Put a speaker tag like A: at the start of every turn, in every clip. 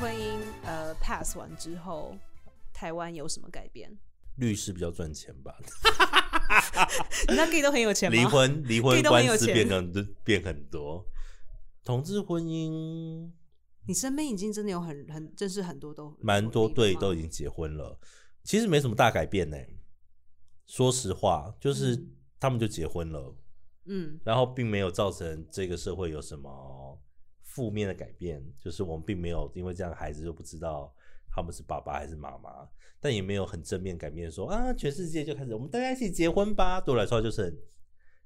A: 个呃 pass 完之后，台湾有什么改变？
B: 律师比较赚钱吧？
A: 你那 gay 都很有钱吗？
B: 离婚离婚
A: 这都很有
B: 官司
A: 钱
B: 变更变很多，同志婚姻
A: 你身边已经真的有很很，真是很多都
B: 蛮多对都已
A: 经
B: 经结婚了，其实没什么大改变呢、说实话，就是
A: 嗯
B: 他们就结婚了，
A: 嗯
B: 然后并没有造成这个社会有什么负面的改变，就是我们并没有因为这样孩子就不知道他们是爸爸还是妈妈，但也没有很正面改变说啊，全世界就开始我们大家一起结婚吧。对我来说就是很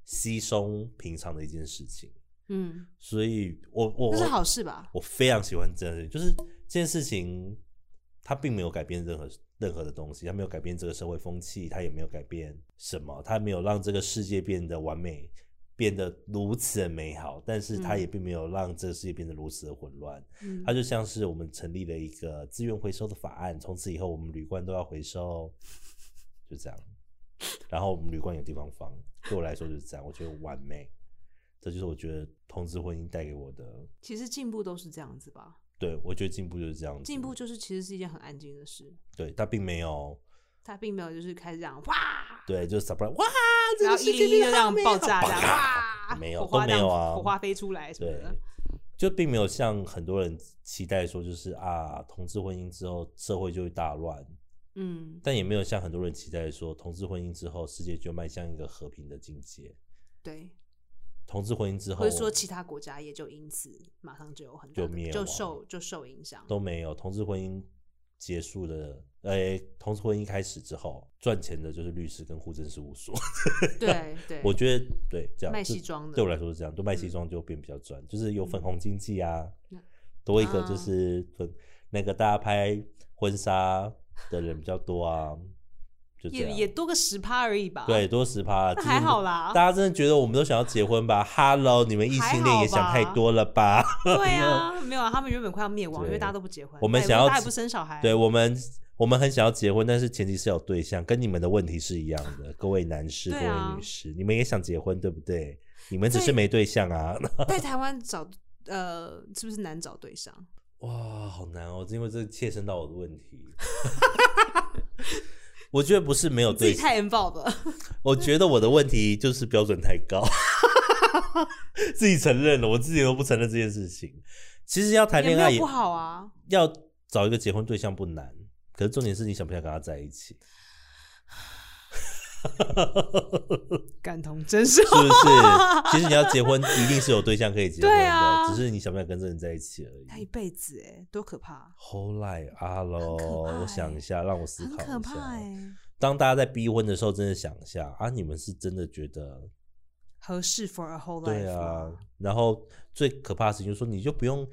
B: 稀松平常的一件事情，
A: 嗯，
B: 所以我我
A: 那是好事吧？
B: 我非常喜欢这件事情，就是这件事情，它并没有改变任何任何的东西，它没有改变这个社会风气，它也没有改变什么，它没有让这个世界变得完美，变得如此的美好，但是它
A: 嗯
B: 也并没有让这个世界变得如此的混乱。
A: 嗯
B: 它就像是我们成立了一个资源回收的法案，从此以后我们旅馆都要回收，就这样。然后我们旅馆有地方放，对我来说就是这样，我觉得完美。这就是我觉得同志婚姻带给我的
A: 其实进步都是这样子吧。
B: 对，我觉得进步就是这样子。
A: 进步就是其实是一件很安静的事，
B: 对他并没有
A: 他并没有就是开始这样哇，
B: 对，就是 surprise 哇，这
A: 然
B: 个
A: 后一零
B: 世界
A: 一
B: 变
A: 就
B: 得
A: 这样
B: 好美
A: 爆炸
B: 好
A: 这样哇，
B: 没有
A: 火花
B: 都没有
A: 这样
B: 啊
A: 火花飞出来什么
B: 对
A: 的。，
B: 就并没有像很多人期待说，就是啊，同志婚姻之后社会就会大乱，
A: 嗯，
B: 但也没有像很多人期待说，同志婚姻之后世界就迈向一个和平的境界。
A: 对，
B: 同志婚姻之后
A: 或者说其他国家也就因此马上就有很大的
B: 就灭
A: 就
B: 亡
A: 受就受影响。
B: 都没有，同志婚姻结束的，诶、同志婚姻开始之后，赚钱的就是律师跟户政事务所。
A: 对对，
B: 我觉得对，这样
A: 卖
B: 就
A: 西装的
B: 对我来说是这样，就卖西装就变比较赚，就是有粉红经济啊
A: 嗯，
B: 多一个
A: 啊
B: 就是粉那个大家拍婚纱的人比较多啊，就这
A: 也也
B: 样。
A: 多个十趴而已吧。
B: 对，，多十趴，
A: 那
B: 其实
A: 还
B: 你
A: 好啦
B: 大家真的觉得我们都想要结婚吧？Hello，你们异性恋也想太多了 吧？
A: 对 啊，没有啊，他们原本快要灭亡，因为
B: 对
A: 大家都不结婚，
B: 我们
A: 大家
B: 想要
A: 大家也不生小孩，啊
B: 对我们，我们很想要结婚，但是前提是有对象，跟你们的问题是一样的。各位男士，各
A: 对啊
B: 位女士，你们也想结婚对不对？你们只是
A: 对
B: 没对象啊。
A: 在台湾找呃，是不是难找对象？
B: 哇，好难哦，因为这切身到我的问题。我觉得不是没有
A: 自己
B: 对，
A: 太 involved 了，
B: 我觉得我的问题就是标准太高， 自己承认了，我自己都不承认这件事情。其实要谈
A: 也
B: 恋
A: 没
B: 爱
A: 有
B: 也
A: 不好 啊。
B: 要找一个结婚对象不难，可是重点是你想不想跟他在一起，
A: 感同身受，
B: 是不是？其实你要结婚，一定是有对象可以结婚
A: 对
B: 的，
A: 啊
B: 只是你想不想跟这个人在一起而
A: 他
B: 已
A: 一。辈子哎、多可怕，
B: Whole life，阿
A: 很可
B: 罗，
A: 怕欸
B: 我想一下，让我思
A: 很
B: 考一下。
A: 可怕哎、
B: 当大家在逼婚的时候，真的想一下啊，你们是真的觉得
A: 合适 for a whole life
B: 对啊
A: 吗，？
B: 然后最可怕的事情就是说，你就不用。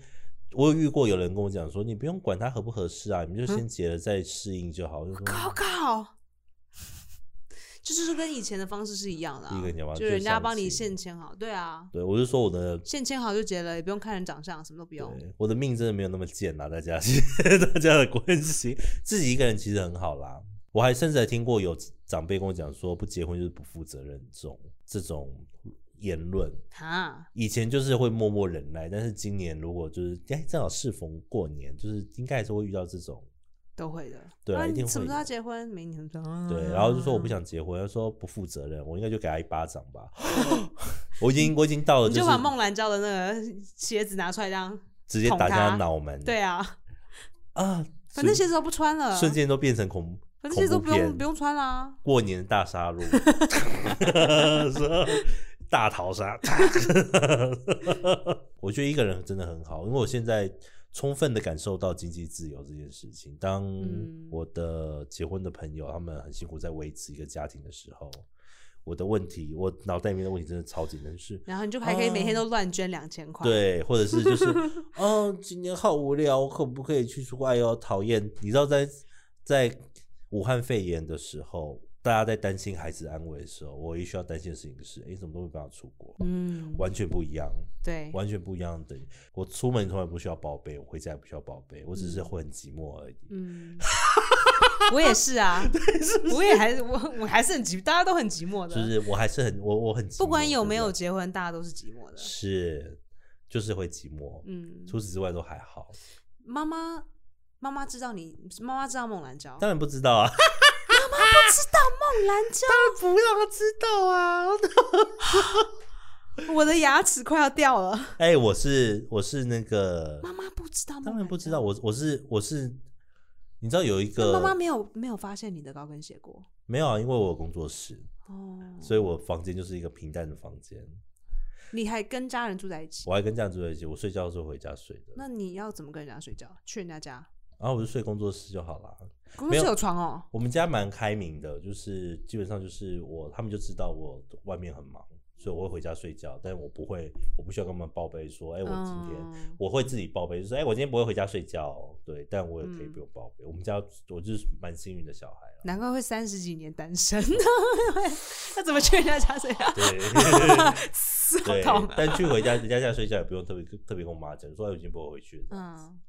B: 我有遇过有人跟我讲说，你不用管他合不合适啊，你们就先结了再适应就好。我就说
A: 靠靠， 这就是跟以前的方式是一样的、
B: 第
A: 啊
B: 一个你要不，要
A: 就人家
B: 相
A: 帮你
B: 亲
A: 现签好，对啊，
B: 对，我就说我的
A: 现签好就结了，也不用看人长相，什么都不用。
B: 对我的命真的没有那么贱啊啦，大家 谢谢大家的关心，自己一个人其实很好啦。我还甚至还听过有长辈跟我讲说，不结婚就是不负责任这种这种言论，
A: 哈，
B: 以前就是会默默忍耐，但是今年如果就是哎正好适逢过年，就是应该还是会遇到这种
A: 都会的。
B: 对啊
A: 啊，
B: 一
A: 你
B: 定
A: 什么
B: 会
A: 时候
B: 的
A: 要结婚？明年什么时候
B: 对，然后就说
A: 嗯
B: 我不想结婚，他说不负责任，我应该就给他一巴掌 吧。我已经我已经到了，
A: 你
B: 就嗯
A: 就是把梦兰娇的那个鞋子拿出来，这样。
B: 直接
A: 捅
B: 打
A: 他
B: 他脑门，
A: 对啊，
B: 啊，
A: 反正
B: 瞬
A: 鞋子都不穿了，
B: 瞬，间都变成恐
A: 反正鞋子都
B: 恐
A: 不
B: 怖片
A: 用不用穿啦。
B: 过年大杀戮，说大逃杀。 我觉得一个人真的很好，因为我现在充分的感受到经济自由这件事情。当
A: 嗯
B: 我的结婚的朋友他们很辛苦在维持一个家庭的时候，我的问题，我脑袋里面的问题真的超级能是。
A: 然后你就还可以每天都乱捐两千块。，
B: 哦对，或者是就是， 哦，今年好无聊，我可不可以去出国？哎呦，讨厌！你知道在在武汉肺炎的时候，大家在担心孩子安危的时候，我唯一需要担心的事情是，哎、怎么都没办法出国，
A: 嗯，
B: 完全不一样，
A: 对，
B: 完全不一样的。我出门从来不需要报备，我回家也不需要报备，我只是会很寂寞而已。
A: 嗯，我也是啊，我也还我我还是很寂，大家都很寂寞的。
B: 就是我还是很我我很寂
A: 不管
B: 寞
A: 有
B: 对
A: 没有
B: 对
A: 结婚，大家都是寂寞的。
B: 是就是会寂寞，
A: 嗯，
B: 除此之外都还好。
A: 妈妈。妈妈知道你，妈妈知道孟兰娇，
B: 当然不知道啊，
A: 不知道孟兰娇，
B: 不让他知道啊。
A: 我的牙齿快要掉了。
B: 哎、我是我是那个，
A: 妈妈不知道，
B: 当然不知道，。我我是我是，你知道有一个
A: 妈妈没有没有发现你的高跟鞋过
B: 没有啊？因为我有工作室，
A: 哦，
B: 所以我房间就是一个平淡的房间。
A: 你还跟家人住在一起，
B: 我还跟这样住在一起，我睡觉的时候回家睡的，
A: 那你要怎么跟人家睡觉？去人家家，
B: 然后我就睡工作室就好了。
A: 工
B: 没
A: 作
B: 有
A: 室有床哦。
B: 我们家蛮开明的，就是基本上就是我他们就知道我外面很忙，所以我会回家睡觉，但是我不会，我不需要跟他们报备说，哎、我今天、
A: 嗯
B: 我会自己报备，就说，哎、我今天不会回家睡觉哦、对，但我也可以
A: 嗯
B: 不用报备。我们家我就是蛮幸运的小孩啊了，
A: 难怪会三十几年单身， 那怎么去人家家睡觉？
B: 对
A: 死 好
B: 对
A: 痛。，啊
B: 但去回家人家家睡觉也不用特别特别跟我妈讲，说哎我已经不会回去了，
A: 嗯，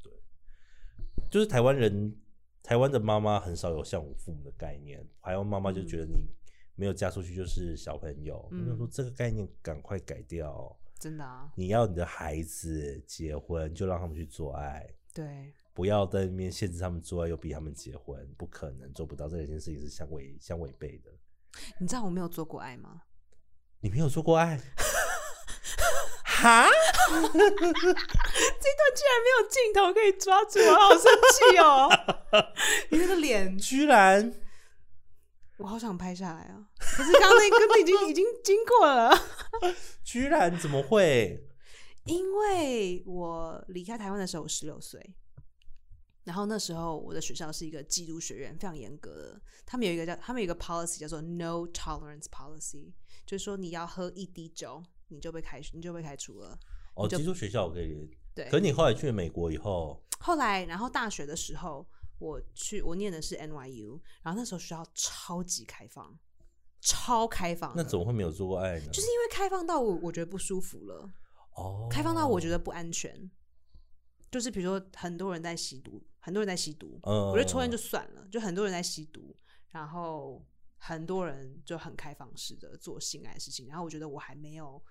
B: 就是台湾人，台湾的妈妈很少有像我父母的概念，台湾妈妈就觉得你没有嫁出去就是小朋友，
A: 嗯
B: 我想说这个概念赶快改掉，
A: 真的啊，
B: 你要你的孩子结婚就让他们去做爱，
A: 对，
B: 不要在那边限制他们做爱又逼他们结婚，不可能做不到，这两件事情是相违相违背的。
A: 你知道我没有做过爱吗？
B: 你没有做 过爱？哈？
A: 这段居然没有镜头可以抓住，我好生气哦！ 你那个脸，
B: 居然
A: 我好想拍下来啊！可是刚刚那个已经已经经过了，
B: 居然怎么会？
A: 因为我离开台湾的时候我十六岁，然后那时候我的学校是一个基督学院，非常严格的，他们有一个叫他们有一个 policy 叫做 no tolerance policy，就是说你要喝一滴酒，你就被开你就被开除了。
B: 哦，
A: 就哎
B: 寄宿学校我可以，
A: 对，
B: 可你后来去美国以后，
A: 后来，然后大学的时候，我去我念的是 NYU，然后那时候学校超级开放，超开放的，
B: 那怎么会没有做过爱呢？
A: 嗯就是因为开放到我我觉得不舒服了，
B: 哦，
A: 开放到我觉
B: 得，
A: 得不安全，就是比如说很多人在吸毒，很多人在吸毒，
B: 嗯，
A: 我觉得抽烟就算了，就很多人在吸毒，然后很多人就很开放式的做性爱的事情，然后我觉得我还没有，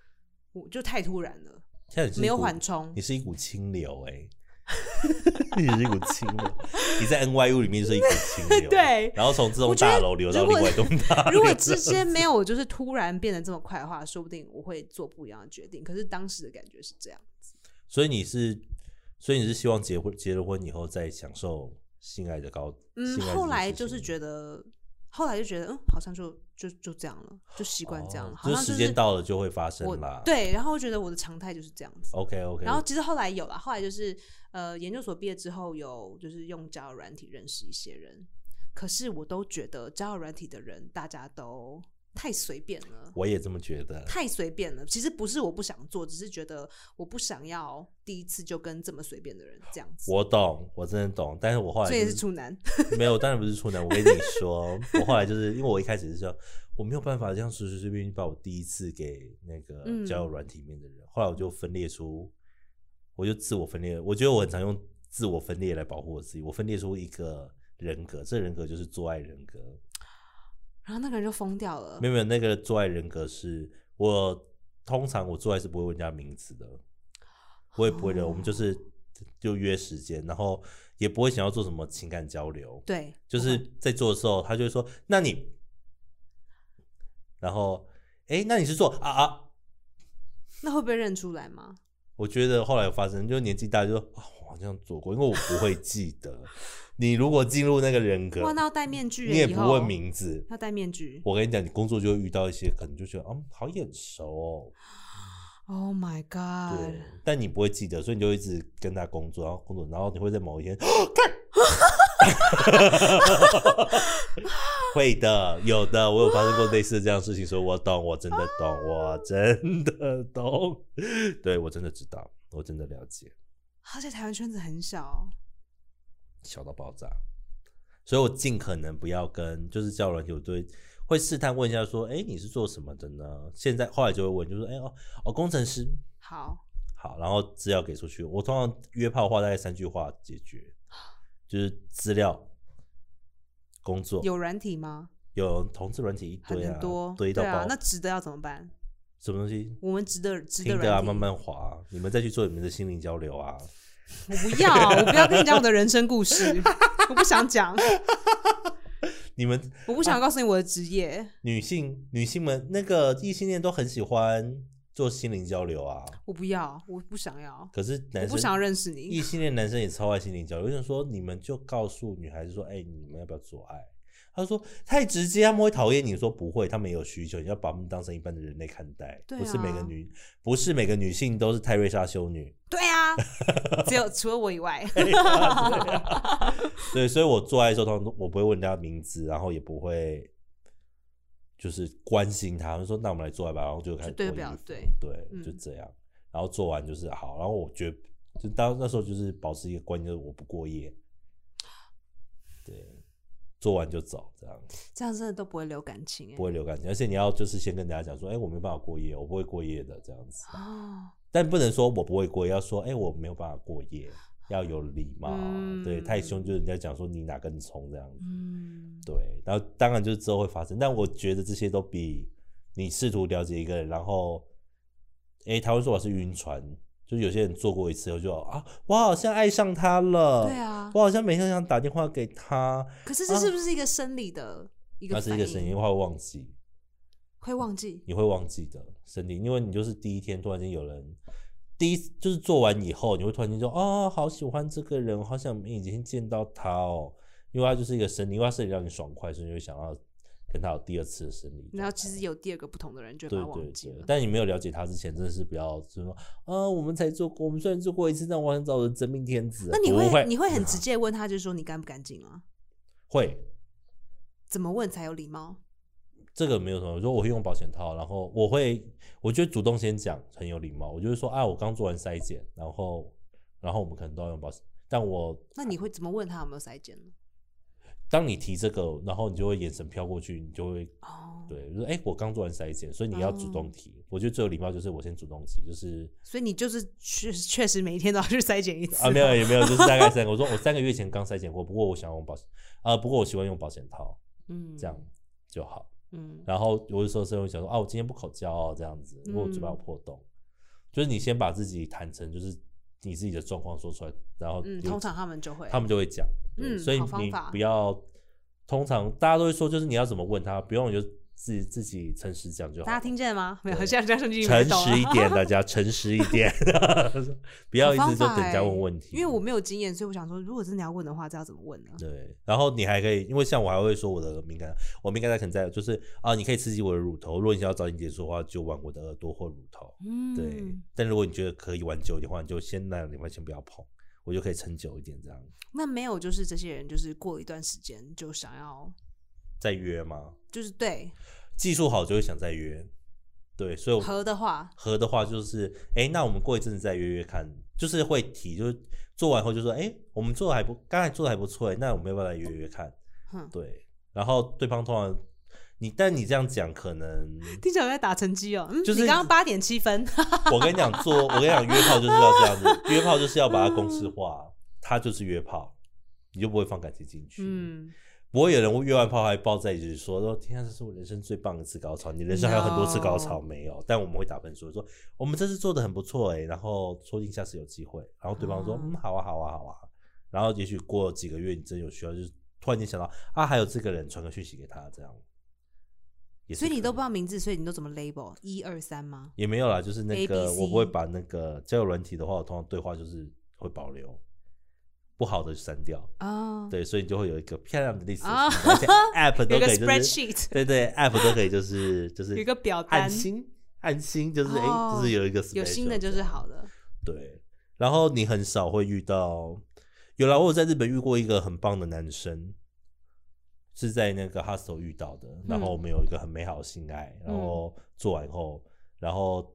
A: 我就太突然了，
B: 现在你是一
A: 没有
B: 股
A: 缓冲
B: 你，是一股清流哎、你是一股清流，你在 NYU 里面就是一股清 流，
A: 对
B: 然后从这栋
A: 我觉得
B: 大楼流到
A: 如果
B: 另外一栋 大楼，
A: 如果之间没有就是突然变得这么快的话，说不定我会做不一样的决定。可是当时的感觉是这样，
B: 所以你是，所以你是希望结婚结了婚以后再享受性爱的高，
A: 嗯
B: 性爱，
A: 后来就是
B: 得
A: 觉得，后来就觉得，嗯，好像就就就这样了，就习惯这样了，好
B: 哦就
A: 像
B: 是时
A: 是
B: 间到了就会发生
A: 我
B: 啦。
A: 对，然后我觉得我的常态就是这样子。
B: ，OK OK，
A: 然后其实后来有了，后来就是呃，研究所毕业之后有就是用交友软体认识一些人，可是我都觉得交友软体的人大家都太随便了。
B: 我也这么觉得，
A: 太随便了。其实不是我不想做，只是觉得我不想要第一次就跟这么随便的人这样子。
B: 我懂，我真的懂，但是我后来
A: 所以
B: 就
A: 也是处男，
B: 没有，当然不是处男。我跟你说，我后来就是因为我一开始是说我没有办法这样随随随便便把我第一次给那个
A: 嗯
B: 交友软体里面的人，后来我就分裂出，我就自我分裂。我觉得我很常用自我分裂来保护我自己，我分裂出一个人格，这人格就是做爱人格。
A: 然后那个人就疯掉了
B: 没。有没有，那个做爱人格是我通常我做爱是不会问人家名字的，我也不会的，我
A: 哦
B: 们就是就约时间，然后也不会想要做什么情感交流。
A: 对，
B: 就是在做的时候，他就会说：“那你，然后，哎、那你是做啊啊
A: 那会被认出来吗？？”
B: 我觉得后来有发生，就年纪大就说：“啊，我好像做过，因为我不会记得。你如果进入那个人格
A: 哇，，那要戴面具耶，
B: 啊你也
A: 以
B: 不
A: 后
B: 问，名字。
A: 要戴面具。
B: 我跟你讲，你工作就会遇到一些，可能就觉得，嗯，好眼熟
A: Oh my
B: 哦，
A: god！
B: 对，但你不会记得，所以你就一直跟他工作，然后工作，然后你会在某一天， 会的，有的，我有发生过类似这样的事情，所以我懂，我真的懂，我真的懂， 对我真的知道，我真的了解，
A: 而且台湾圈子很小，
B: 小到爆炸，所以我尽可能不要跟，就是叫软体，我对会试探问一下说，哎，你是做什么的呢？现在后来就会问，就说，哎哦哦，工程师，
A: 好，
B: 好，然后资料给出去，我通常约炮的话大概三句话解决，就是资料。工作
A: 有软体吗？
B: 有同志软体一堆啊
A: 很，多，
B: 堆到
A: 对
B: 爆。
A: 啊，那值得要怎么办？
B: 什么东西？
A: 我们值得值得
B: 听的啊，
A: 软体
B: 慢慢滑啊、你们再去做你们的心灵交流啊。
A: 我不要，我不要跟你讲我的人生故事， 我不想讲，
B: 你们
A: 我不想告诉你我的职业，
B: 女性女性们那个异性恋都很喜欢做心灵交流啊，
A: 我不要，我不想要，
B: 可是
A: 我
B: 男
A: 不想
B: 生
A: 认识你。
B: 异性恋男生也超爱心灵交流，我想说你们就告诉女孩子说，哎、你们要不要做爱？他说太直接，他们会讨厌你。我说不会，他们也有需求，你要把他们当成一般的人类看待，
A: 对
B: 不是每个
A: 啊
B: 女不是每个女性都是泰瑞莎修女。
A: 对啊， 只有除了我以外，
B: 啊哎 对，所以我做爱的时候，通常都我不会问人家名字，然后也不会就是关心他，我就说那我们来做爱吧，然后就开始
A: 就对
B: 脱
A: 不了
B: 衣服
A: 对
B: 对，
A: 嗯
B: 就这样。然后做完就是好，然后我觉得就当那时候就是保持一个观念，就是我不过夜，对，做完就走，这样
A: 这样真的都不会留感情哎
B: 不。会留感情，而且你要就是先跟大家讲说，哎、我没办法过夜，我不会过夜的这样子，
A: 哦，
B: 但不能说我不会过夜，要说哎、我没有办法过夜。要有礼貌，
A: 嗯
B: 对，太凶就是人家讲说你哪根葱这样子，
A: 嗯，
B: 对，然后当然就是之后会发生，但我觉得这些都比你试图了解一个人，然后，诶，台湾说法是晕船，就是有些人做过一次后就啊，我好像爱上他了，
A: 对，啊。
B: 我好像每天想打电话给他，
A: 可是这是不是一个生理的一个
B: 那
A: 反应？
B: 啊是一个声音，会忘记，
A: 会忘记
B: 你会忘记的身体，因为你就是第一天突然间有人。第一就是做完以后，你会突然间说：“哦，好喜欢这个人，我好想每天见到他哦。”因为他就是一个生理，因为他生理让你爽快，所以你会想要跟他有第二次的生理。
A: 然后其实有第二个不同的人就会
B: 对
A: 把它
B: 对
A: 忘记
B: 对
A: 了，。
B: 但你没有了解他之前，真的是不要就是说，啊，我们才做过，我们虽然做过一次，但我很早的真命天子
A: 那
B: 啊。
A: 你
B: 不
A: 会
B: 会
A: 你会很 直接问他，就是说你干不干净啊？
B: 会
A: 怎么问才有礼貌？
B: 这个没有什么？我说我会用保险套，然后我会，我觉得主动先讲很有礼貌。我就是说啊，我刚做完筛检，然后然后我们可能都要用保险，但我
A: 那你会怎么问他有没有塞检呢？
B: 当你提这个，然后你就会眼神飘过去，你就会
A: 哦，
B: 对，就是哎、我刚做完筛检，所以你要主动提。我觉得最有礼貌就是我先主动提，就是
A: 所以你就是确确实每一天都要去筛检一次
B: 啊，没有也没有，就是大概三个。我说我三个月前刚筛检过，不过我想用保险，啊，不过我喜欢用保险套，
A: 嗯，
B: 这样就好。
A: 嗯，
B: 然后有的时候是会想说，啊，我今天不口交哦，这样子，因为我嘴巴有破洞。就是你先把自己坦诚，就是你自己的状况说出来，然后
A: 嗯，
B: 有
A: 通常他们就会，
B: 哦他们就会讲。对
A: 嗯
B: 所以
A: 好方
B: 你
A: 法
B: 不要，通常大家都会说，就是你要怎么问他，不用你就自己自己诚实讲就好
A: 大家
B: 了。
A: 听见吗？没有，
B: 对
A: 现在加上去
B: 诚实一 点，大家诚实一点， 不要一直就等人家问问题。
A: 欸因为我没有经验，所以我想说，如果真的要问的话，这要怎么问呢？
B: 对，然后你还可以，因为像我还会说我的敏感，我敏感带可能在就是啊，你可以刺激我的乳头，如果你想要早点结束的话，就玩我的耳朵或乳头。
A: 嗯，
B: 对，但如果你觉得可以玩久一点的话，你就先那两礼拜先不要碰，我就可以撑久一点，这样
A: 那没有，就是这些人就是过一段时间就想要，
B: 再约嘛。
A: 就是对
B: 技术好就会想再约，对，所以我
A: 合的话，
B: 合的话就是，哎、那我们过一阵子再约约看，就是会提，就是做完后就说，哎、我们做的还不，刚才做的还不错、诶那我们要不要来约约看？
A: 哼，
B: 对，然后对方通常你，但你这样讲可能，
A: 听起来我在打成绩哦。嗯，
B: 就是
A: 你刚刚八点七分，
B: 我跟你讲做，我跟你讲约炮就是要这样子，约炮就是要把它公式化，它就是约炮，你就不会放感情进去，。
A: 嗯，
B: 不会有人约完炮还抱在一起说说天啊，这是我人生最棒的一次高潮，你人生还有很多次高潮
A: No
B: 没有？但我们会打分数说我们这次做的很不错哎、然后说不定下次有机会，然后对方说、
A: 啊
B: 嗯好啊好啊好啊，然后也许过几个月你真有需要，就是突然间想到啊还有这个人传个讯息给他这样，也是
A: 所以你
B: 可
A: 都不知道名字，所以你都怎么 label 一二三吗？
B: 也没有啦，就是那
A: A,
B: 个
A: B, C
B: 我不会把那个交友软体的话，我通常对话就是会保留，不好的就删掉。
A: 哦，
B: 对，所以你就会有一个漂亮的 list，
A: 啊
B: 而且 app
A: 有
B: 都
A: 个
B: 可以就是
A: spreadsheet，
B: 对对，App 都可以，就是就是
A: 有一个表单
B: 按，星按星，就是哎、
A: 哦
B: 就是有一个
A: 有新的
B: special
A: 就
B: 这
A: 是
B: 样
A: 好的。
B: 对，然后你很少会遇到，有啦，我有在日本遇过一个很棒的男生，是在那个 hostel 遇到的，然后我们有一个很美好的性爱，然后做完后，然后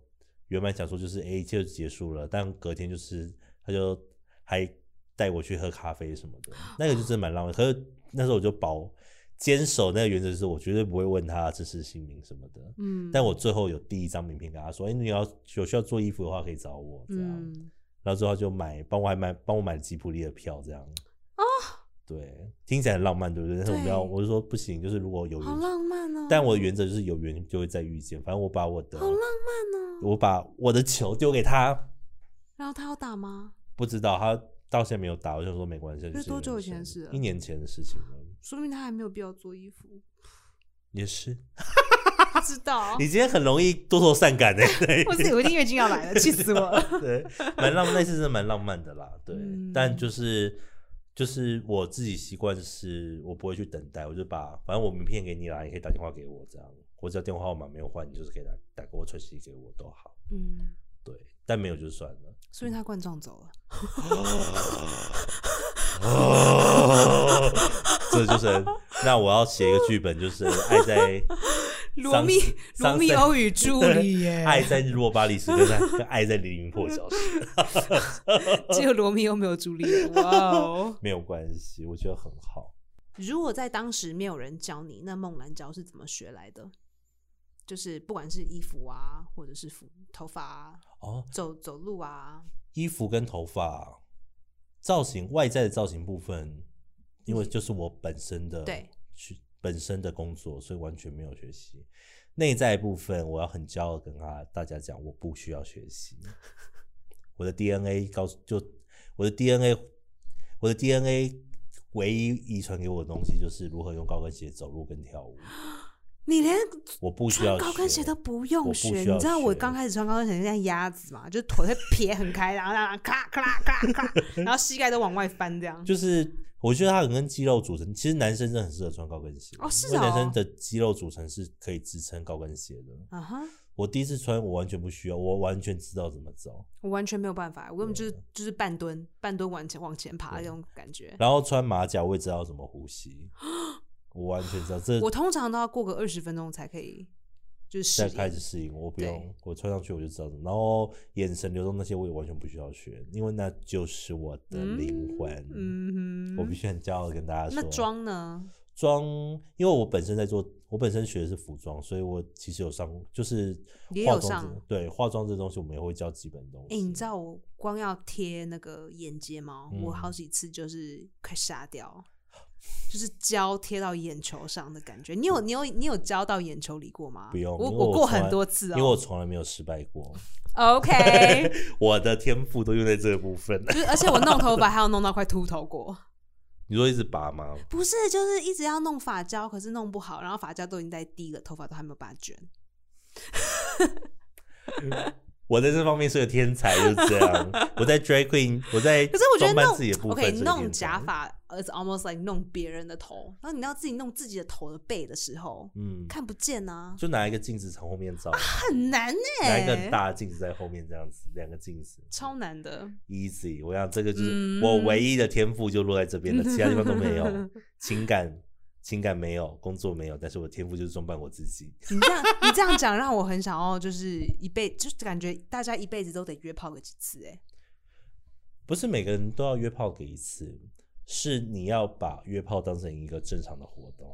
B: 原本想说就是哎、一切就结束了，但隔天就是他就还带我去喝咖啡什么的，那个就真的蛮浪漫。可是那时候我就保坚守那个原则，就是我绝对不会问他这是姓名什么的。
A: 嗯，
B: 但我最后有第一张名片跟他说：“哎、你要有需要做衣服的话，可以找我。”这样，
A: 嗯，
B: 然后之后他就买，帮我还买，帮我买了吉普力的票，这样。哦，对，听起来很浪漫，对不对？但是我们要，
A: 对
B: 我就说不行，就是如果有
A: 好
B: 缘，
A: 浪漫哦。
B: 但我的原则就是有缘就会再遇见。反正我把我的，
A: 好浪漫哦。
B: 我把我的球丢给他，
A: 然后他要打吗？
B: 不知道他到现在没有打，我就说没关系。
A: 那
B: 就是
A: 多久以
B: 人生
A: 前的事啊
B: 一年前的事情了，
A: 说明他还没有必要做衣服，
B: 也是。
A: 不知 道
B: 你。今天很容易多愁善感的、 对
A: 我是我一定月经要来了，气死我了。
B: 对，蛮浪，那次真的蛮浪漫的啦。对，
A: 嗯
B: 但就是就是我自己习惯是，我不会去等待，我就把反正我名片给你啦，你可以打电话给我这样，我只要电话号码没有换，你就是可以打打给我传息给我都好。
A: 嗯，
B: 对，但没有就算了。
A: 说明他冠状走了。
B: 哦，这就是那我要写一个剧本，就是爱在
A: 罗密
B: 桑
A: 罗密欧与朱丽 叶，
B: 爱在日落巴黎时跟爱跟爱在黎明破晓时。
A: 只有罗密欧没有朱丽 叶。哇哦！
B: 没有关系，我觉得很好。
A: 如果在当时没有人教你，那梦兰娇是怎么学来的？就是不管是衣服啊，或者是服头发啊，
B: 哦，
A: 走走路啊，
B: 衣服跟头发造型外在的造型部分，因为
A: 你
B: 就是我本身的
A: 嗯对
B: 去本身的工作，所以完全没有学习。内在部分，我要很骄傲地跟他大家讲，我不需要 学习。我的 DNA 告诉就我的 DNA，我的 DNA 唯一遗传给我的东西就是如何用高跟鞋走路跟跳舞。
A: 你连
B: 我不需
A: 穿
B: 要
A: 高跟鞋
B: 学
A: 都不
B: 我
A: 用
B: 不
A: 学，
B: 需要
A: 你知道我
B: 学
A: 刚开始穿高跟鞋就像鸭子嘛，就是腿会撇很开，然后然后咔咔啦咔啦咔，然后膝盖都往外翻这样。
B: 就是我觉得它很跟肌肉组成，其实男生真的很适合穿高跟鞋
A: 哦是
B: 因为
A: 哦
B: 男生的肌肉组成是可以支撑高跟鞋的。
A: 啊哈，
B: 我第一次穿，我完全不需要，我完全知道怎么走，
A: 我完全没有办法，我根本就是就是半蹲，半蹲往前往前爬那种感觉。
B: 然后穿马甲我也知道怎么呼吸， 我完全知道这
A: 我通常都要过个二十分钟才可以，就是适
B: 再
A: 应
B: 开始适应，我不用
A: 对，
B: 我穿上去我就知道怎么。然后眼神流动那些我也完全不需要学，因为那就是我的灵魂。
A: 嗯
B: 我
A: 哼，
B: 必须很骄傲的跟大家说，
A: 那妆呢？
B: 妆，因为我本身在做，我本身学的是服装，所以我其实有上，就是
A: 也
B: 化
A: 有
B: 妆这
A: 上
B: 对化妆这东西，我们也会教基本东
A: 哎、
B: 西。
A: 你知道我光要贴那个眼睫毛，我
B: 嗯
A: 好几次就是快傻掉，就是胶贴到眼球上的感觉。你有你有你有胶到眼球里过吗？
B: 嗯不用，
A: 我
B: 因为我
A: 过
B: 从来
A: 很多次哦。
B: 因为我从来没有失败 过，
A: OK，
B: 我的天赋都用在这个部分。
A: 就是而且我弄头发还有弄到快秃头过，
B: 你说一直拔吗？
A: 不是就是一直要弄发胶，可是弄不好，然后发胶都已经在滴了，头发都还没有把它卷。
B: 我在这方面是个天才，就是这样。我在 drag queen，我在
A: 可是我觉得
B: 装扮自己的
A: 弄
B: 部分
A: OK
B: 是个
A: 弄
B: 天才
A: 假，发，it's almost like 弄别人的头，然后你要自己弄自己的头的背的时候，
B: 嗯，
A: 看不见啊，
B: 就拿一个镜子从后面照，
A: 很难哎、
B: 拿一个很大的镜子在后面这样子，两个镜子，
A: 超难的。
B: easy。我想这个就是
A: 嗯
B: 我唯一的天赋就落在这边了，其他地方都没 有。情感情感没有，工作没有，但是我的天赋就是装扮我自己。
A: 你这样你这样讲，让我很想要，就是一辈，就是感觉大家一辈子都得约炮个几次哎、
B: 不是每个人都要约炮给一次，是你要把约炮当成一个正常的活动。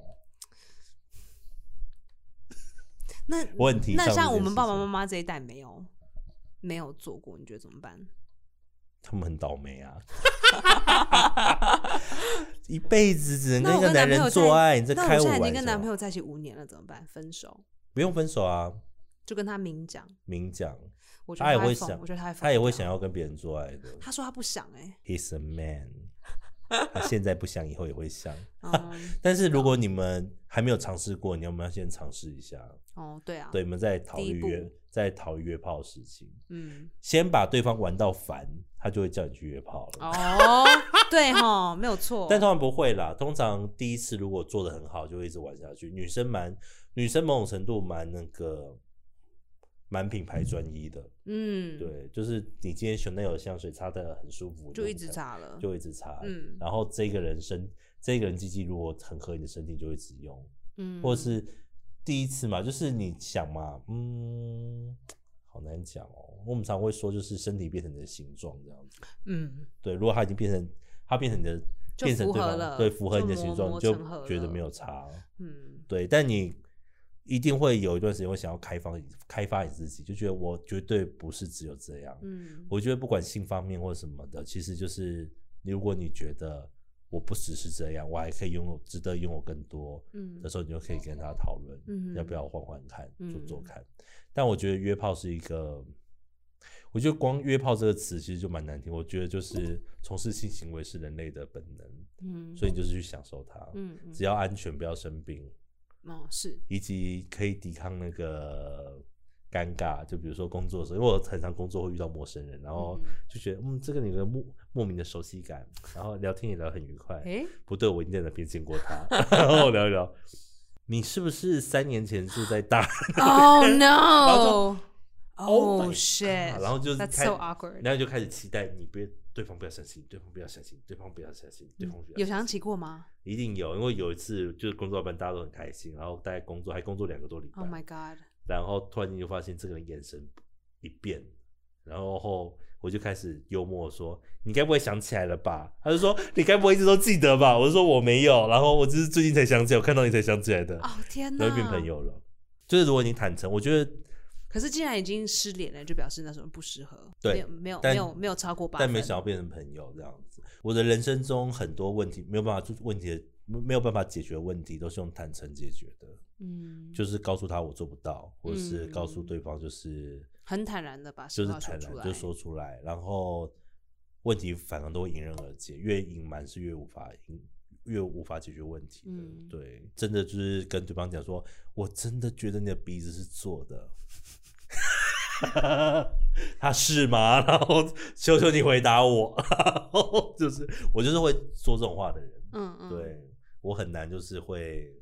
A: 那
B: 我很提倡
A: 那
B: 这件
A: 像我们爸爸
B: 事
A: 妈
B: 情
A: 妈这一代没有没有做过，你觉得怎么办？
B: 他们很倒霉啊。 一辈子只能
A: 那
B: 跟
A: 我
B: 一个
A: 跟男朋
B: 男人
A: 友
B: 做
A: 在
B: 爱，你在
A: 那
B: 开
A: 我
B: 我
A: 现在已
B: 玩
A: 经跟男朋
B: 友
A: 友在一起五年了，怎么办？分手
B: 不用分手啊，
A: 就跟他明讲，
B: 明讲，
A: 我觉
B: 他
A: 得
B: 也
A: 会
B: 会
A: 疯
B: 想
A: 我觉得他会，疯
B: 他也会
A: 掉
B: 想。要跟别人做爱的。
A: 他说他不想哎、
B: He's a man，他现在不想，以后也会想。
A: 嗯，
B: 但是如果你们还没有尝试过，你要不要先尝试一下？
A: 哦，对啊，
B: 对，，你们再考
A: 第一
B: 虑
A: 步
B: 约，再考虑约炮的事情。
A: 嗯，
B: 先把对方玩到烦，他就会叫你去约炮了。
A: 哦，对哈，没有错。
B: 但通常不会啦，通常第一次如果做的很好，就会一直玩下去。女生蛮，女生某种程度蛮那个，蛮品牌专一的。
A: 嗯，，
B: 对，就是你今天 Chanel 的香水擦的很舒服，
A: 就
B: 你
A: 一直
B: 才
A: 炸了。
B: 就一直擦。
A: 嗯
B: 然后这个人身，这个人鸡鸡如果很合你的身体，就会一直用。
A: 嗯，
B: 或是第一次嘛，就是你想嘛，嗯，好难讲哦。我们常会说，就是身体变成你的形状这样子。
A: 嗯，
B: 对，如果它已经变成，它变成你的，
A: 就
B: 变成
A: 符
B: 对
A: 合
B: 方
A: 了
B: 对符合你的
A: 就
B: 形
A: 磨
B: 状，你
A: 磨
B: 就
A: 成合
B: 觉得
A: 了
B: 没有差。
A: 嗯，
B: 对，但你一定会有一段时间会想要开放你、开发你自己，就觉得我绝对不是只有这样。
A: 嗯，
B: 我觉得不管性方面或什么的，其实就是如果你觉得我不只是这样，我还可以拥有值得拥有更多，
A: 嗯
B: 的时候你就可以跟他讨论，
A: 嗯哼
B: 要不要换换看，
A: 嗯
B: 做做看。但我觉得约炮是一个，我觉得光“约炮”这个词其实就蛮难听。我觉得就是从事性行为是人类的本能，
A: 嗯，
B: 所以你就是去享受它，
A: 嗯嗯
B: 只要安全，不要生病，
A: 哦是，
B: 以及可以抵抗那个尴尬。就比如说工作的时候，因为我常常工作会遇到陌生人，然后就觉得嗯，这个人有个莫莫名的熟悉感，然后聊天也聊得很愉快。
A: 哎、
B: 不对，我已经在那边见过他， 然后聊一聊。你是不是三年前住在大
A: o h Oh no！
B: Oh my
A: Oh shit！
B: God，然后就是
A: ，That's
B: 开
A: so awkward。
B: 然后就开始期待你别对方不要相信，对方不要相信，对方不要相信，对方不要
A: 嗯有
B: 相
A: 想
B: 信。
A: 起过吗
B: 一定有，因为有一次就是工作班，大家都很开心，然后大家工作还工作两个多礼拜
A: ？Oh my god！
B: 然后突然间就发现这个人眼神一变，然后我就开始幽默地说：“你该不会想起来了吧？”他就说：“你该不会一直都记得吧？”我就说：“我没有，然后我只是最近才想起来，我看到你才想起来的。”
A: 哦天哪！
B: 然后就变朋。友了。就是如果你坦诚，我觉得，
A: 可是既然已经失联了，就表示那时候不适合。
B: 对
A: 没有没有
B: 但
A: 没有没有超过八分。
B: 但没想到变成朋友这样子。我的人生中很多问题没有办法，就是问题的没没有办法解决的问题，都是用坦诚解决的，
A: 嗯，
B: 就是告诉他我做不到，或者是告诉
A: 嗯
B: 对方就是、
A: 很坦然的把实
B: 就是
A: 话说
B: 坦
A: 出
B: 然
A: 来，
B: 就说出来，然后问题反而都会迎刃而解，越隐瞒是越无法隐。越无法解决问题的，
A: 嗯
B: 对，真的就是跟对方讲说，我真的觉得你的鼻子是做的， 他是吗？然后 求求你回答我， 然后就是我就是会说这种话的人，
A: 嗯嗯，
B: 对我很难就是会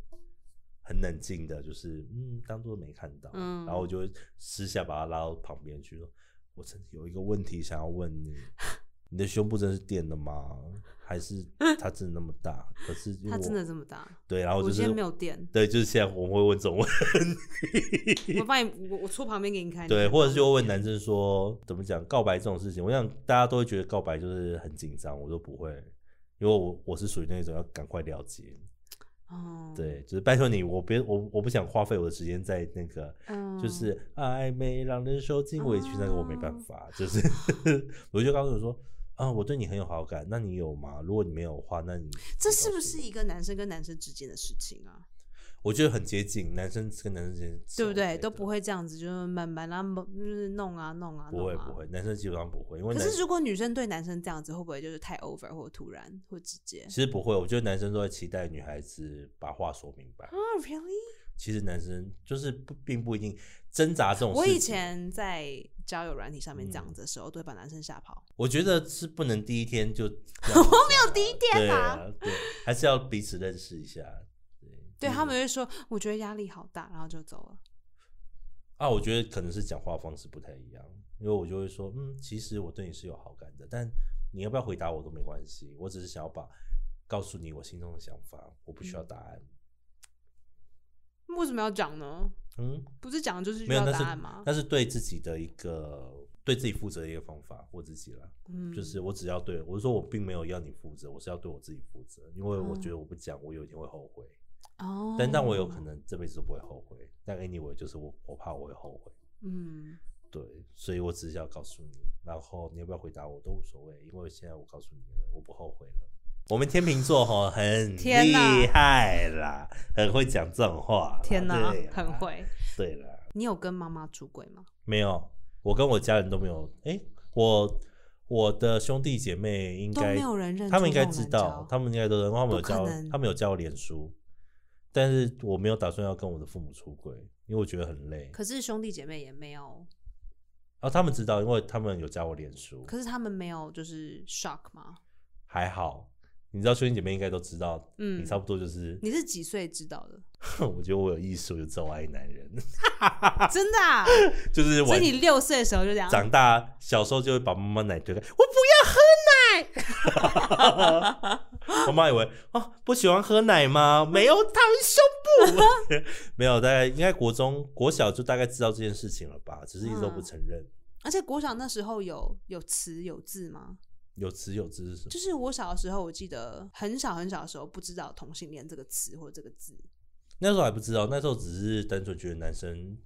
B: 很冷静的，就是嗯，当做没看到，
A: 嗯
B: 然后我就会私下把他拉到旁边去说，我真的有一个问题想要问你，你的胸部真的是垫的吗？还是它真的那么大？可是因为
A: 他
B: 我
A: 真的这么大，
B: 对，然后
A: 我
B: 就
A: 今
B: 是
A: 天没有 电，
B: 对，就是现在我们会问这种问
A: 我帮你，我我坐旁边给你看。
B: 对，
A: 你
B: 或者就
A: 嗯
B: 问男生说怎么讲告白这种事情，我想大家都会觉得告白就是很紧张，我都不会，因为我我是属于那种要赶快了解，
A: 哦，
B: 对，就是拜托你，我别我我不想花费我的时间在那个。
A: 嗯，哦
B: 就是暧昧让人受尽委屈，那个我没办法，就是 我就告诉我说，啊，我对你很有好感，那你有吗？如果你没有的话，那你
A: 这
B: 你告
A: 是不
B: 诉
A: 是
B: 我
A: 一个男生跟男生之间的事情啊？
B: 我觉得很接近，男生跟男生之间是
A: 对不对？
B: OK
A: 都
B: 的
A: 不会这样子，就是慢慢啊，就是弄啊弄啊，
B: 不会
A: 弄啊
B: 不。会，男生基本上不会，因为
A: 可
B: 男
A: 是如果女生对男生这样子，会不会就是太 over 或突然或直接
B: 其实不会，我觉得男生都在期待女孩子把话说明白。
A: 啊？Really？
B: 其实男生就是不并不一定挣扎这种事情。
A: 我以前在交友软体上面这样
B: 嗯
A: 子的时候，都会把男生吓跑。
B: 我觉得是不能第一 天就我没有第一天啊，对，还是要彼此认识一下。对，
A: 对
B: 就是
A: 他们会说，我觉得压力好大，然后就走了。
B: 啊，我觉得可能是讲话方式不太一样，因为我就会说，嗯，其实我对你是有好感的，但你要不要回答我都没关系，我只是想要把告诉你我心中的想法，我不需要答案。
A: 为什么要讲呢？
B: 嗯，
A: 不是讲就是需
B: 没有，
A: 要
B: 那
A: 答
B: 是
A: 案吗？
B: 那是对自己的一个对自己负责的一个方法，我自己啦，
A: 嗯，
B: 就是我只要对我是说我并没有要你负责，我是要对我自己负责，因为
A: 嗯
B: 我觉得我不讲，我有一天会后悔，
A: 哦，
B: 但但我有可，能这辈子都不会后悔，但 anyway 就是我我怕我会后悔。
A: 嗯，
B: 对，所以我只是要告诉你，然后你要不要回答我都无所谓，因为现在我告诉你了，我不后悔了。我们天秤座吼很
A: 天
B: 厉
A: 哪
B: 害啦，很会讲这种话啦。
A: 天哪
B: 对啦，
A: 很。会。
B: 对啦，
A: 你有跟妈妈出轨吗？
B: 没有，我跟我家人都没有。哎、我我的兄弟姐妹应
A: 都
B: 该
A: 没有人认出
B: 他们应该
A: 孟
B: 知
A: 兰
B: 道
A: 娇，
B: 他们应该都知道，他们有
A: 不可
B: 教
A: 能，
B: 他们有教我脸书，但是我没有打算要跟我的父母出轨，因为我觉得很累。
A: 可是兄弟姐妹也没有，
B: 然后他们知道，因为他们有加我脸书。
A: 可是他们没有就是 shock 吗？
B: 还好，你知道兄弟姐妹应该都知道，
A: 嗯
B: 你差不多就是，
A: 你是几岁知道的？
B: 我觉得我有艺术，就知道我爱男人，
A: 真的、啊？
B: 就是
A: 所
B: 我
A: 以你六岁的时候就这样？
B: 长大小时候就会把妈妈奶推开，我不要喝奶，我 妈以为哦不喜欢喝奶吗？没有，她很胸部， 没有，大概应该国中国小就大概知道这件事情了吧，只是一直都不承认。
A: 而且国小那时候有有词有字吗？
B: 有词有字是什么？
A: 就是我小的时候，我记得很小很小的时候不知道同性恋这个词或者这个字。
B: 那时候还不知道，那时候只是单纯觉得男生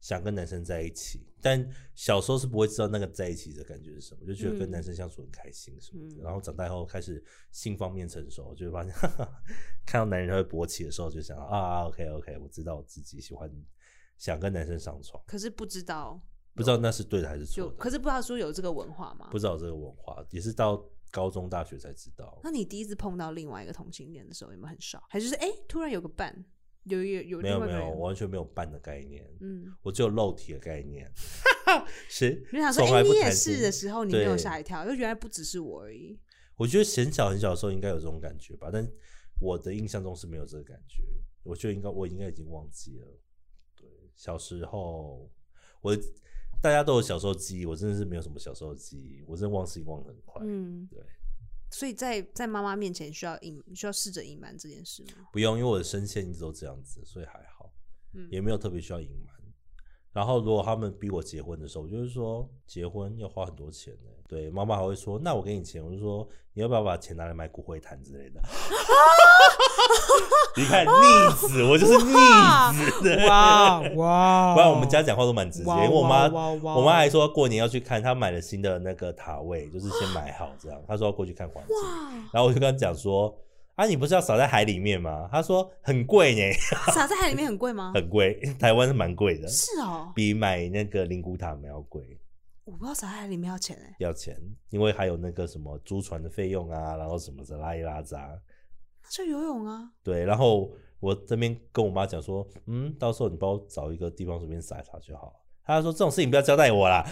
B: 想跟男生在一起，但小时候是不会知道那个在一起的感觉是什么，就觉得跟
A: 嗯
B: 男生相处很开心什么的。
A: 嗯
B: 然后长大后开始性方面成熟，就会发现 哈哈，看到男人会勃起的时候，就想到啊，OK OK，我知道我自己喜欢想跟男生上床，
A: 可是不知道
B: 不知道那是对的还是错
A: 就
B: 的，
A: 可是不知道说有这个文化吗？
B: 不知道这个文化，也是到高中大学才知道。
A: 那你第一次碰到另外一个同性恋的时候，有没有很少？还是就是哎、诶突然有个伴，有有有
B: 没
A: 另
B: 有
A: 外一个
B: 没有，
A: 人
B: 我完全没有伴的概念，
A: 嗯，
B: 我只有肉体的概 念。谁
A: 你想说
B: 从
A: 哎、
B: 来
A: 诶
B: 不
A: 你也
B: 谈
A: 是
B: 心
A: 的时候，你没有
B: 对
A: 吓一跳，就原来不只是我而已。
B: 我觉得很小很小的时候应该有这种感觉吧，但我的印象中是没有这个感觉。我觉得应该我应该已经忘记了。对，小时候我大家都有小时候记忆，我真的是没有什么小时候记忆，我真的忘事情忘得很快。
A: 嗯，
B: 对，
A: 所以在在妈妈面前需要隐，需要试着隐瞒这件事吗？
B: 不用，因为我的声线一直都这样子，所以还好，
A: 嗯
B: 也没有特别需要隐瞒。然后如果他们逼我结婚的时候，我就是说结婚要花很多钱呢、对，妈妈还会说，那我给你钱，我就说你要不要把钱拿来买骨灰坛之类的。 你看逆子，我就是逆子的。
A: 哇哇
B: 不然我们家讲话都蛮直接，因为我妈
A: 哇哇
B: 我妈还说过年要去看，她买了新的那个塔位，就是先买好这样。她说要过去看环境，然后我就跟她讲说：“啊，你不是要撒在海里面吗？”她说：“很贵呢，
A: 撒在海里面很贵吗？
B: 很贵， 台湾是蛮贵的，
A: 是哦，
B: 比买那个灵骨塔还要贵，
A: 我不知道撒在海里面要钱哎、
B: 要钱，因为还有那个什么租船的费用啊，然后什么的拉一拉杂。
A: 那就游泳啊。
B: 对，然后我这边跟我妈讲说：“嗯，到时候你帮我找一个地方随便撒一撒就好。”她说：“这种事情不要交代我啦。”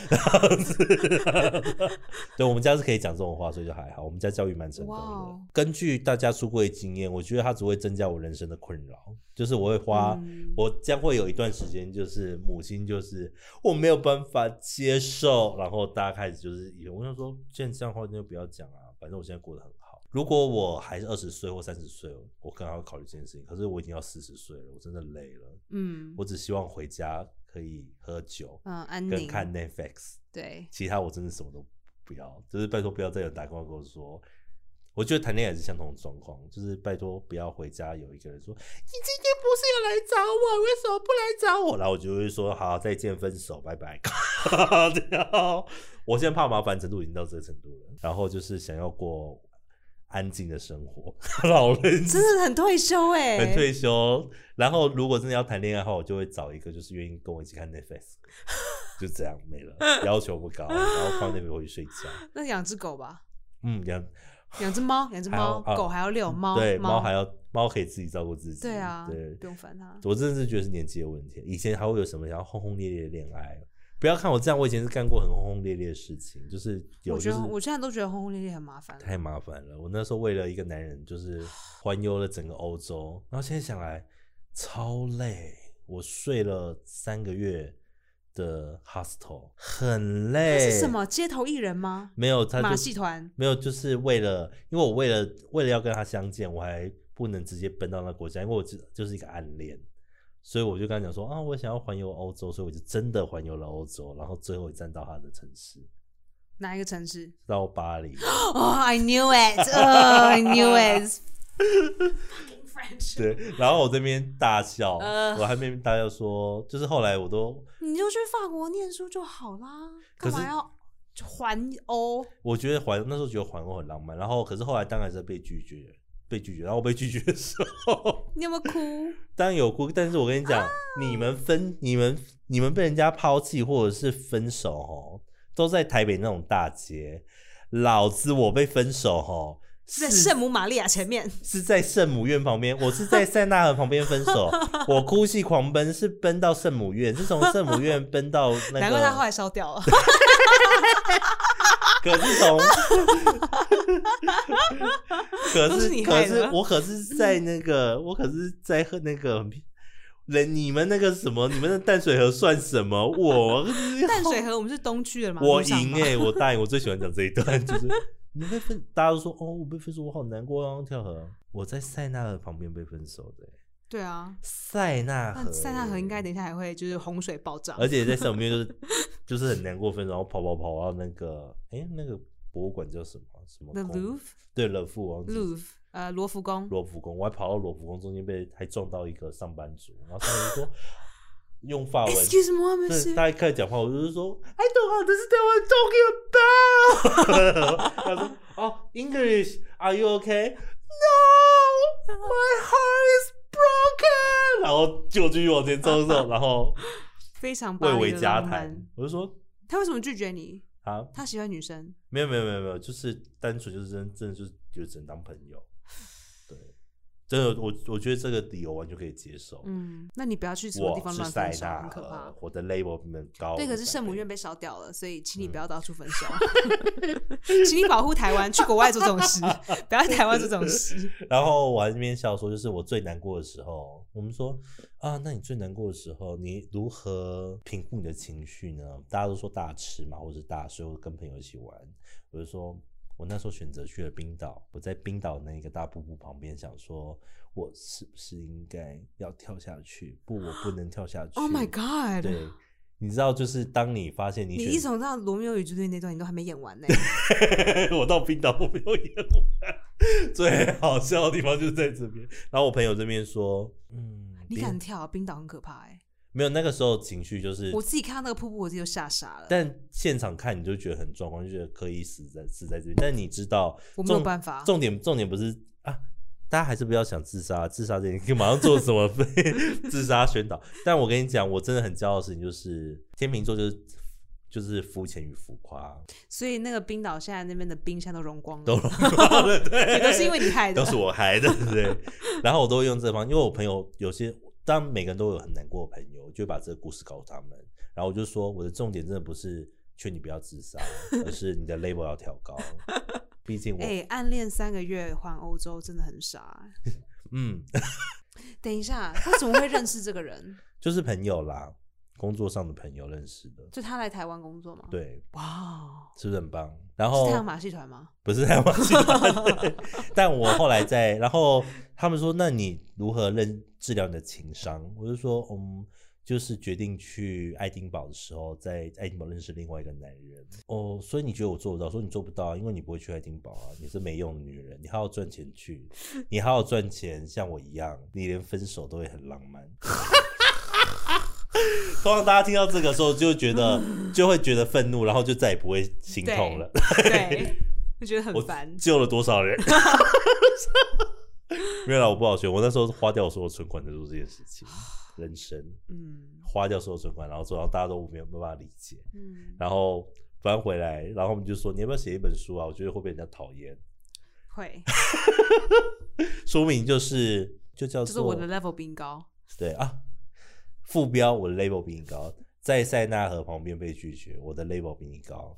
B: 对，我们家是可以讲这种话，所以就还好。我们家教育蛮成功的。
A: 哇哦
B: 根据大家出柜的经验，我觉得它只会增加我人生的困扰，就是我会花，
A: 嗯
B: 我将会有一段时间，就是母亲就是我没有办法接受，然后大家开始就是以为我想说，既然这样的话，那就不要讲啊，反正我现在过得很好。如果我还是二十岁或三十岁，我可能还会考虑这件事情。可是我已经要四十岁了，我真的累了，
A: 嗯
B: 我只希望回家可以喝酒
A: 嗯，安
B: 跟
A: 宁
B: 看 Netflix。
A: 对，
B: 其他我真的什么都不要，就是拜托不要再有人打电话跟我说。我觉得谈恋爱也是相同的状况，就是拜托不要回家有一个人说你今天不是要来找我，为什么不来找我？然后我就会说好再见，分手，拜拜。 这样，我现在怕麻烦程度已经到这个程度了，然后就是想要过安静的生活， 老人家
A: 真的很退休哎、
B: 很退休。然后如果真的要谈恋爱的话，我就会找一个就是愿意跟我一起 看 Netflix，就这样没了，要求不高，啊然后放那边回去睡觉。
A: 那养只狗吧，
B: 嗯，养
A: 养只猫，养只
B: 还要
A: 猫，
B: 啊
A: 狗还要遛猫，
B: 对
A: 猫
B: 猫还要猫可以自己照顾自己，
A: 对啊，
B: 对
A: 不。用烦它。
B: 我真的是觉得是年纪的问题。以前还会有什么想要轰轰烈烈的恋爱？哦不要看我这样，我以前是干过很轰轰烈烈的事情，就是有
A: 我觉
B: 就
A: 得
B: 是
A: 我现在都觉得轰轰烈烈很麻烦。
B: 太麻烦了。我那时候为了一个男人，就是环游了整个欧洲，然后现在想来超累。我睡了三个月的 hostel，很
A: 那
B: 累。
A: 是什？么街头艺人吗？
B: 没有，他
A: 马
B: 就
A: 戏团
B: 没有，就是为了，因为我为了为了要跟他相见，我还不能直接奔到那国家，因为我只就是一个暗恋。所以我就跟他讲说啊，我想要环游欧洲，所以我就真的环游了欧洲，然后最后一站到他的城市，
A: 哪一个城 市？
B: 到巴黎。
A: 哦、i knew it，呃、i
B: 哦
A: knew it。Fucking French，
B: 对，然后我这边大笑，
A: 呃
B: 我还没大笑说，就是后来我都，
A: 你就去法国念书就好啦，
B: 可
A: 干
B: 是
A: 嘛要环欧？
B: 我觉得环那时候觉得环欧很浪漫，然后可是后来当然是被拒绝，被拒绝，然后我被拒绝的时候，
A: 你有没有哭？
B: 当然有哭，但是我跟你
A: 啊
B: 讲，你们分，你们你们被人家抛弃或者是分手哦，都在台北那种大街，老子我被分手哦。
A: 在圣母玛利亚前面，
B: 是在圣母院旁边，我是在塞纳河旁边 分手，我哭泣狂奔，是奔到圣母院，是从圣母院奔到那 个。
A: 难怪他后来烧掉 了。
B: 可 是从，可
A: 都
B: 是
A: 是你
B: 可
A: 害
B: 是
A: 的
B: 我可是在那个，我可是在喝那个人，你们那个什么，你们的淡水河算什么？我
A: 淡水河，我们是东区的嘛，
B: 我
A: 路上
B: 赢
A: 嘛
B: 哎、我大赢，我最喜欢讲这一 段，就是你被分，大家都说哦，我被分手，我好难过，然后跳河。我在塞纳河旁边被分手的欸、
A: 对啊，
B: 塞纳河、
A: 那啊塞纳河应该
B: 得，
A: 等一下还会就是洪水暴涨，
B: 而且在上面就是 就是很难过分手，然后跑跑跑到那个，哎、那个博物馆叫什么什么
A: The
B: 宫
A: Louvre
B: 对了，父王子
A: Louvre 呃罗浮宫，
B: 罗浮宫，我还跑到罗浮宫中间被还撞到一个上班族，然后上班族说用法文，
A: Excuse me,
B: 对，
A: monsieur。
B: 他一开始讲话，我就是说 I don't understand what I'm talking about 。 他说哦，English, are you okay? No, my heart is broken。然后就继续往前冲冲，然后
A: 非常巴
B: 蔚
A: 黎
B: 为
A: 的
B: 家
A: 浪
B: 谈
A: 漫。。
B: 我就说
A: 他为什么拒绝你？
B: 啊，
A: 他喜欢女生，
B: 没有没有没有没有，就是单纯就是真真的就是就只能当朋 友。对，真的我我觉得这个理由完全可以接受。
A: 嗯，那你不要去什么地
B: 我
A: 方
B: 是
A: 乱
B: 塞
A: 分手，
B: 纳
A: 很可怕
B: 河，。我的 label 比你们高。
A: 对，
B: 我
A: 可
B: 塞
A: 是圣母
B: 贝
A: 院被烧掉了，所以请你不要到处分手， 请你保护台湾，去国外做这种事，不要在台湾做这种事。
B: 然后我还在那边笑说，就是我最难过的时候，我们说啊，那你最难过的时候，你如何平复你的情绪呢？大家都说大吃嘛，或是大睡，或者跟朋友一起玩。我就说，我那时候选择去了冰岛，我在冰岛那一个大瀑布旁边，想说我是不是应该要跳下去？不，我不能跳下去。
A: Oh my god！
B: 对，你知道，就是当你发现你
A: 你
B: 选
A: 一直到罗密欧与朱丽叶那段，你都还没演完 呢。
B: 我到冰岛我没有演完，最好笑的地方就是在这边。然后我朋友这边说，嗯，
A: 你
B: 冰
A: 敢跳、啊冰岛很可怕哎、
B: 没有？那个时候情绪就是，
A: 我自己看到那个瀑布，我自己就吓傻了。
B: 但现场看你就觉得很状况，就觉得可以死在死在这边。但你知道，
A: 我没有
B: 重
A: 办法
B: 重点重点不是啊。大家还是不要想自杀，自杀这件事马上做什么自杀宣导。 但我跟你讲，我真的很骄傲的事情就是，天秤座就是就是肤浅与浮夸，
A: 所以那个冰岛现在那边的冰现在都融光了，
B: 都 对，
A: 也都是因为你害的
B: 都。是我害的，对。然后我都会用这方，因为我朋友有些，当然每个人都有很难过的朋友，我就会把这个故事告诉他们。然后我就说，我的重点真的不是劝你不要自杀，而是你的 label 要调 高。毕竟我，
A: 哎、暗恋三个月环欧洲真的很傻欸、
B: 嗯，
A: 等一下，他怎么会认识这个人？
B: 就是朋友啦，工作上的朋友认识的，
A: 就他来台湾工作吗？，
B: 对，
A: 哇、
B: 是不是很棒？然
A: 哦，
B: 后
A: 是太阳马戏团吗？
B: 不是太阳马戏团 但我后来在，然后他们说，那你如何认治疗你的情商？我就说，嗯，就是决定去爱丁堡的时候，在爱丁堡认识另外一个男人。哦，所以你觉得我做不到？说你做不到啊，因为你不会去爱丁堡啊，你是没用的女人，你好好赚钱去，你好好赚钱，像我一样，你连分手都会很浪漫。 通常大家听到这个时候，就会觉得就会觉得愤怒，然后就再也不会心痛了。
A: 对，我觉得很
B: 我
A: 烦。
B: 救了多少人？ 没有啦，我不好学。我那时候花掉我所有存款在做这件事情，人生
A: 嗯
B: 花掉所有存款，然后做，然后大家都没有没有办法理解。
A: 嗯，
B: 然后反正回来，然后我们就说你要不要写一本书啊？我觉得会被人家讨厌。
A: 会，
B: 书名就是就叫
A: 就是
B: 做
A: 我的 level 冰 高。
B: 对啊，副标我的 label 比你高，在塞纳河旁边被拒绝，我的 label 比你高。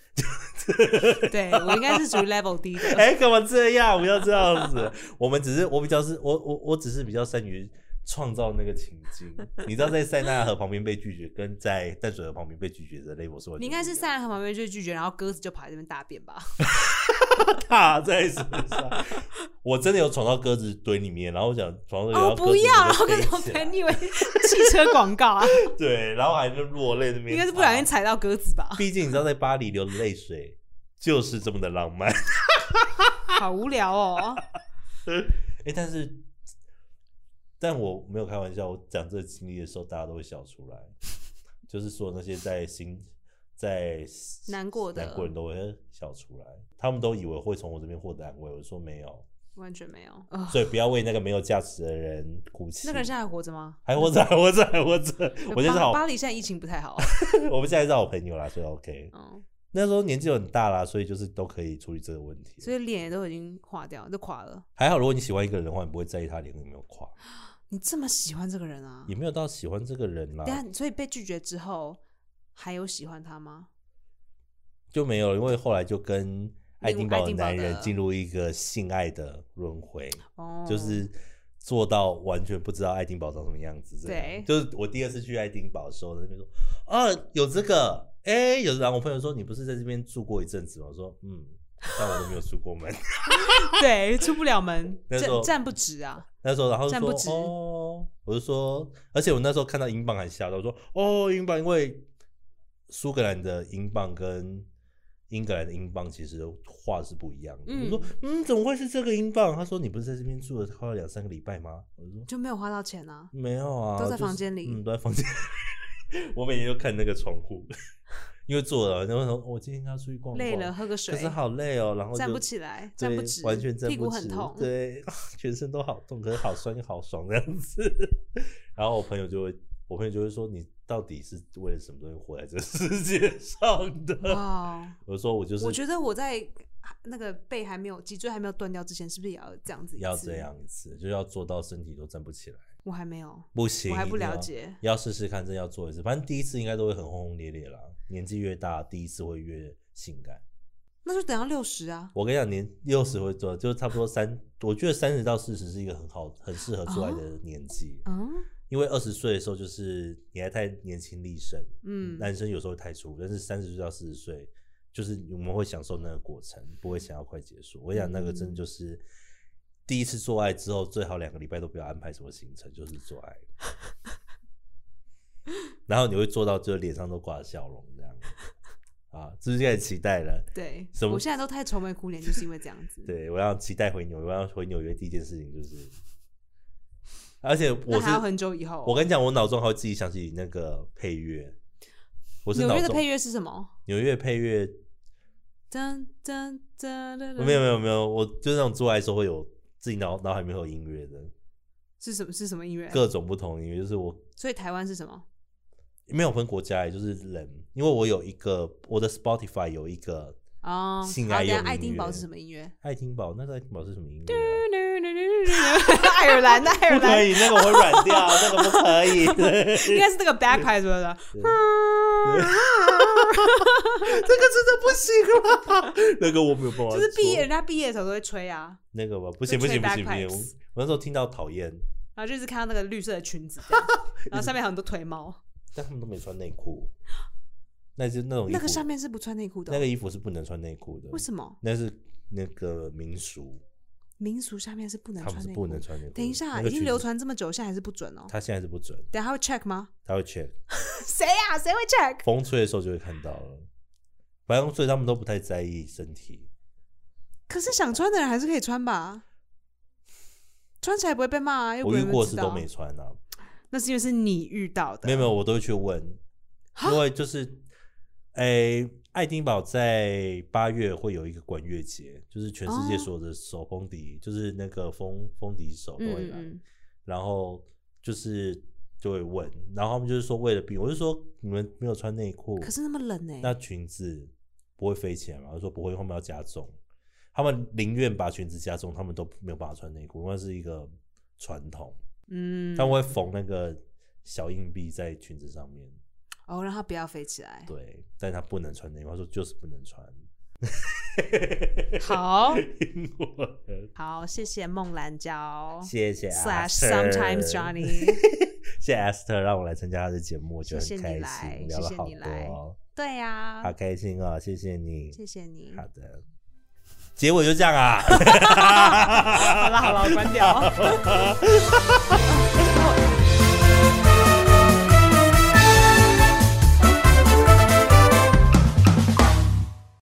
A: 对我应该是属于 level 低 的。
B: 哎、干嘛这样？不要这样子。我们只是我比较是我我我只是比较善于创造那个情境。你知道，在塞纳河旁边被拒绝，跟在淡水河旁边被拒绝的 label 是完全不一样
A: 你应该是塞纳河旁边就拒绝，然后鸽子就跑来这边大便吧？
B: 踏在身上。我真的有闯到鸽子堆里面，然后我想闯到
A: 哦，不要，然后跟
B: 他
A: 他们你以为汽车广告啊？
B: 对，然后还是落泪那边。
A: 应该是不小心。踩到鸽子 吧？
B: 毕竟你知道，在巴黎流的泪水就是这么的浪漫。
A: 好无聊哦。
B: 哎、但是，但我没有开玩笑，我讲这个经历的时候，大家都会笑出来，就是说那些在心在
A: 难过的
B: 难过人都会笑出来，他们都以为会从我这边获得安慰，我说没有，
A: 完全没有。呃
B: 所以不要为那个没有价值的人哭泣。
A: 那个人现在还活着吗？
B: 还活着，还活着，还活着！我就是
A: 巴
B: 好，
A: 巴黎现在疫情不太 好。
B: 我们现在是好朋友啦，所以 OK。
A: 嗯，
B: 那时候年纪很大啦，所以就是都可以处理这个问题。
A: 所以脸也都已经化掉，都垮了。
B: 还好，如果你喜欢一个人的话，你不会在意他脸有没有垮，
A: 你这么喜欢这个人啊？
B: 也没有到喜欢这个人啦。
A: 等一下，所以被拒绝之后，还有喜欢他吗？
B: 就没有，因为后来就跟爱丁堡的男
A: 另外爱丁堡
B: 人
A: 的
B: 进入一个性爱的轮回，
A: 哦，
B: 就是做到完全不知道爱丁堡长什么样子。这样
A: 对
B: 就是我第二次去爱丁堡的时候，那边说啊有这个，哎、有这个。然后我朋友说你不是在这边住过一阵子吗？我说嗯，但我都没有出过门。
A: 对，出不了门，
B: 那时
A: 站
B: 候
A: 站不直啊。
B: 那时候，然后就
A: 站不直
B: 说哦，我就说，而且我那时候看到英镑还吓到，我说哦，英镑，因为苏格兰的英镑跟英格兰的英镑其实话是不一样的。
A: 嗯
B: 我说嗯，怎么会是这个英镑？他说你不是在这边住了快要两三个礼拜吗？我就说
A: 就没有花到钱啊。
B: 没有啊，
A: 都在
B: 就是
A: 房间里
B: 嗯，都在房间。 我每天就看那个窗户，因为坐了，然后说我今天要出去逛逛，
A: 累了，喝个水，
B: 可是好累哦，然后
A: 站
B: 就
A: 不起来，
B: 对
A: 站不直，
B: 完全站
A: 屁
B: 不
A: 股
B: 直，
A: 很痛。
B: 对，全身都好痛，可是好酸又好爽这样子。然后我朋友就会，我朋友就会说你到底是为了什么东西活在这个世界上的？
A: 哇，
B: 我说我就是
A: 我觉得我在那个背还没有脊椎还没有断掉之前，是不是也要这样子？
B: 要这样，一次，就要做到身体都站不起来，
A: 我还没有，
B: 不行，
A: 我还不
B: 一定
A: 了
B: 要
A: 解
B: 要试试看，真要做一次，反正第一次应该都会很轰轰烈烈啦。年纪越大，第一次会越性感。
A: 那就等到六十啊。
B: 我跟你讲，年六十会做，就差不多三，我觉得三十到四十是一个很好、很适合做爱的年纪，
A: 嗯
B: 因为二十岁的时候就是你还太年轻力盛，
A: 嗯，
B: 男生有时候会太粗，但是三十岁到四十岁，就是我们会享受那个过程，不会想要快结束。我想那个真的就是第一次做爱之后，最好两个礼拜都不要安排什么行程，就是做爱，然后你会做到就脸上都挂着笑容这样。啊，是不是开始期待了？
A: 对，
B: 什么
A: 我现在都太愁眉苦脸，就是因为这样子。，
B: 对，我要期待回纽约，我要回纽约第一件事情就是，而且我
A: 那
B: 是
A: 还要很久以后。
B: 我跟你讲，我脑中还会自己想起那个配乐，我是
A: 纽
B: 脑
A: 约的
B: 中
A: 配乐是什么？
B: 纽约配乐，
A: 噔噔噔噔噔，
B: 没有没有没有，我就是那种做爱的时候会有自己脑脑海里面会有音乐的
A: 是什么是什么音乐？
B: 各种不同的音乐，就是我
A: 所以台湾是什么？
B: 没有分国家，也就是人，因为我有一个我的 Spotify 有一个
A: 哦，
B: 性
A: 好
B: 爱
A: 等下
B: 用
A: 爱
B: 音
A: 丁堡
B: 乐
A: 是什么音 乐？
B: 爱丁堡，那个爱丁堡是什么音乐、啊？
A: 爱尔兰，爱尔
B: 不可
A: 兰
B: 以，那个我会软掉，那个不可以。 对
A: 应该是嗯那个 bagpipe 什么的。
B: 这个真的不行了，那个我没有办法。
A: 就是毕业，人，家毕业的时候都会吹啊，
B: 那个吧，不行
A: 就
B: 不
A: 吹
B: 行不行不
A: bagpipes
B: 行，我我那时候听到讨厌，
A: 然后就是看到那个绿色的裙子 这样，然后上面有很多腿毛。
B: 但他们都没穿内裤，那是那种衣
A: 那
B: 服
A: 个上面是不穿内裤的哦、
B: 那个衣服是不能穿内裤的，
A: 为什么
B: 那是那个民俗，
A: 民俗下面是不能
B: 他们
A: 穿
B: 是
A: 内
B: 不
A: 裤
B: 能
A: 的？
B: 穿内裤的。
A: 等一下，
B: 嗯那个
A: 已
B: 裙
A: 经
B: 子
A: 流，传这么久，现在还是不准哦。
B: 他现在是不准，
A: 等一下他会 check 吗？
B: 他会 check，
A: 谁呀、谁会 check？
B: 风吹的时候就会看到了。反正所以他们都不太在意身体，
A: 可是想穿的人还是可以穿吧，穿起来不会被骂啊。又
B: 我
A: 不
B: 遇
A: 会
B: 过
A: 知
B: 是
A: 道
B: 都没穿啊，
A: 那是因为是你遇到的。
B: 没有没有，我都会去问，因为就是，诶、爱丁堡在八月会有一个管乐节，就是全世界
A: 哦
B: 所有的手风笛，就是那个风风笛手都会
A: 嗯
B: 来，
A: 嗯
B: 然后就是就会问，然后他们就是说为了避，我就说你们没有穿内裤
A: 嗯。，可是那么冷哎、
B: 那裙子不会飞起来吗？我说不会，他们要加重，他们宁愿把裙子加重，他们都没有办法穿内裤，那是一个传统，
A: 嗯
B: 他，们会缝那个小硬币在裙子上面。
A: 哦，让它不要飞起来。
B: 对，但他不能穿内裤，他说就是不能穿。
A: 好
B: 英文，
A: 好，谢谢梦兰娇
B: 谢谢啊
A: slash
B: Aster
A: sometimes Johnny。
B: 谢谢 Esther 让我来参加他的节目，我觉得
A: 谢
B: 很
A: 谢
B: 开
A: 你
B: 心，
A: 来
B: 聊了
A: 谢谢
B: 好
A: 你
B: 多
A: 来
B: 哦，
A: 对呀、
B: 好开心哦，谢谢你，
A: 谢谢你。
B: 好的，结尾就这样啊。
A: 好了好了，我关掉。